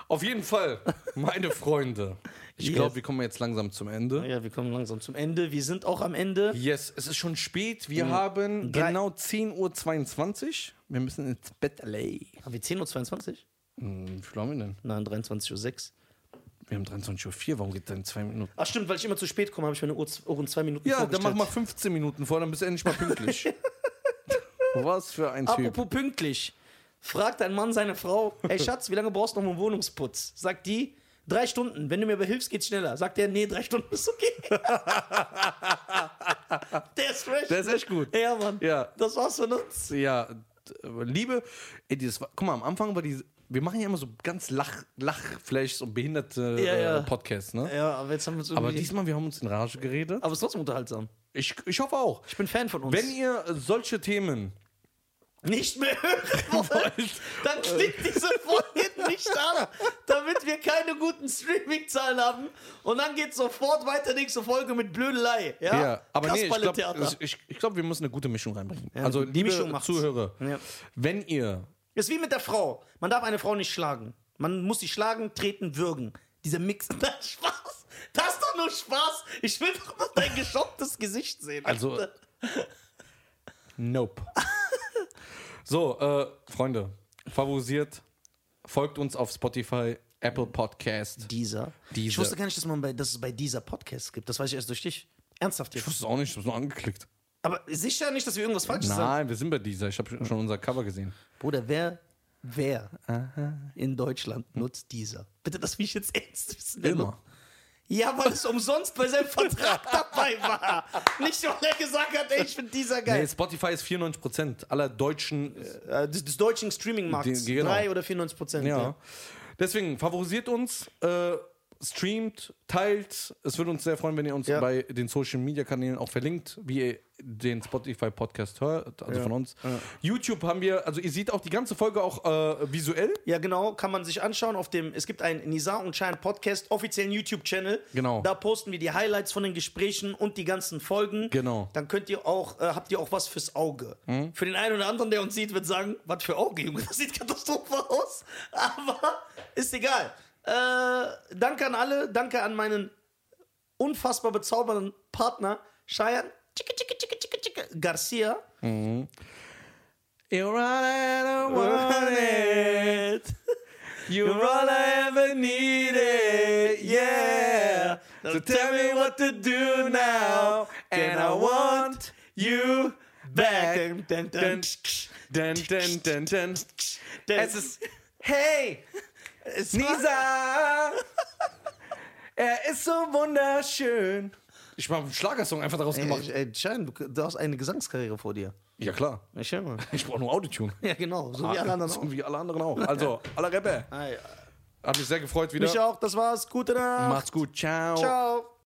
S2: Auf jeden Fall, meine Freunde. Ich
S1: Yes.
S2: glaube, wir kommen jetzt langsam zum Ende.
S1: Ja, wir kommen langsam zum Ende. Wir sind auch am Ende.
S2: Yes, es ist schon spät. Wir haben
S1: Drei-
S2: genau 10.22 Uhr. Wir müssen ins Bett. Lay.
S1: Haben wir 10.22 Uhr?
S2: Hm, wie viel haben wir denn?
S1: Nein, 23.06 Uhr.
S2: Wir haben 23.04 Uhr. Warum geht denn zwei Minuten?
S1: Ach stimmt, weil ich immer zu spät komme, habe ich meine Uhr z- Uhren zwei Minuten
S2: Ja, dann
S1: vorgestellt.
S2: mach mal 15 Minuten vor, dann bist du endlich mal pünktlich. Was für ein Typ.
S1: Apropos pünktlich. Fragt ein Mann seine Frau, ey Schatz, wie lange brauchst du noch um einen Wohnungsputz? Sagt die, drei Stunden. Wenn du mir behilfst, geht's schneller. Sagt er, nee, drei Stunden ist okay. Der ist fresh.
S2: Der ist echt gut.
S1: ja, Mann.
S2: Ja.
S1: Das war's von uns.
S2: Ja, d- Liebe, ey, dieses, guck mal, am Anfang war diese, wir machen ja immer so ganz Lach, Lachfleisch und behinderte
S1: Ja, ja.
S2: Äh, Podcasts, ne?
S1: Ja, aber jetzt haben wir uns
S2: Aber
S1: irgendwie-
S2: diesmal, wir haben uns in Rage geredet.
S1: aber es ist trotzdem unterhaltsam.
S2: Ich, ich hoffe auch.
S1: Ich bin Fan von uns.
S2: Wenn ihr solche Themen
S1: nicht mehr hören wollt, dann klickt diese Folge nicht an, damit wir keine guten Streaming-Zahlen haben. Und dann geht sofort weiter nächste Folge mit Blödelei. Ja,
S2: Ja, aber nee, ich glaube,
S1: Kasperle-Theater.
S2: ich, ich, ich glaub, wir müssen eine gute Mischung reinbringen. also,
S1: die
S2: liebe
S1: Mischung macht's.
S2: Zuhörer,
S1: Ja.
S2: wenn ihr,
S1: Ist wie mit der Frau. Man darf eine Frau nicht schlagen. Man muss sie schlagen, treten, würgen. Dieser Mix. Nein, Spaß. Das ist doch nur Spaß. Ich will doch mal dein geschocktes Gesicht sehen.
S2: also,
S1: Alter.
S2: nope. so, äh, Freunde, favorisiert, folgt uns auf Spotify, Apple Podcast.
S1: dieser. Ich
S2: Dieser.
S1: wusste gar nicht, dass, man bei, dass es bei dieser Podcast gibt. Das weiß ich erst durch dich. Ernsthaft jetzt.
S2: Ich wusste es auch nicht, ich hab's nur angeklickt.
S1: Aber sicher nicht, dass wir irgendwas Falsches sagen.
S2: Nein, wir sind bei dieser. Ich habe schon unser Cover gesehen.
S1: Bruder, wer, wer in Deutschland nutzt dieser? Bitte, das will ich jetzt ernst wissen. Der nutzt-
S2: Hm. Immer.
S1: Ja, weil es umsonst bei seinem Vertrag dabei war. Nicht, weil er gesagt hat, ey, ich finde dieser geil.
S2: Nee, Spotify ist 94% aller deutschen. Äh,
S1: Äh, des, des deutschen Streaming-Markts.
S2: Die- genau.
S1: 3 oder 94 Prozent.
S2: ja. Deswegen, favorisiert uns, äh, streamt, teilt. Es würde uns sehr freuen, wenn ihr uns
S1: Ja.
S2: bei den Social Media Kanälen auch verlinkt, wie ihr den Spotify Podcast hört, also von uns. YouTube haben wir, also ihr seht auch die ganze Folge auch äh, visuell.
S1: Ja, genau, kann man sich anschauen auf dem, es gibt einen Nizar und Schein Podcast, offiziellen YouTube-Channel.
S2: Genau.
S1: Da posten wir die Highlights von den Gesprächen und die ganzen Folgen.
S2: Genau. Hm?
S1: Dann könnt ihr auch, äh, habt ihr auch was fürs Auge. Für den einen oder anderen, der uns sieht, wird sagen, was für Auge, Junge, das sieht katastrophal aus. Aber ist egal. Äh, danke an alle, danke an meinen unfassbar bezaubernden Partner, Scheiern tschicke, tschicke, tschicke, tschicke, tschicke, Garcia.
S2: You're all I ever wanted. You're all I ever needed. Yeah. So tell me what to do now. And I want you back.
S1: Dun, dun, dun.
S2: Dun, dun, dun, dun, dun.
S1: Der-
S2: Es ist. Hey!
S1: es
S2: Nisa! Er ist so wunderschön. Ich habe einen Schlagersong einfach daraus gemacht.
S1: Ey, ey, Schein, du, du hast eine Gesangskarriere vor dir.
S2: Ja, klar.
S1: Ich höre mal.
S2: Ich brauche nur Autotune.
S1: Ja, genau, so wie alle anderen
S2: So
S1: auch.
S2: Wie alle anderen auch. Also, alle Rapper.
S1: Ah, ja.
S2: Hat mich sehr gefreut wieder.
S1: Mich auch, das war's. Gute Nacht.
S2: Macht's gut. Ciao.
S1: Ciao.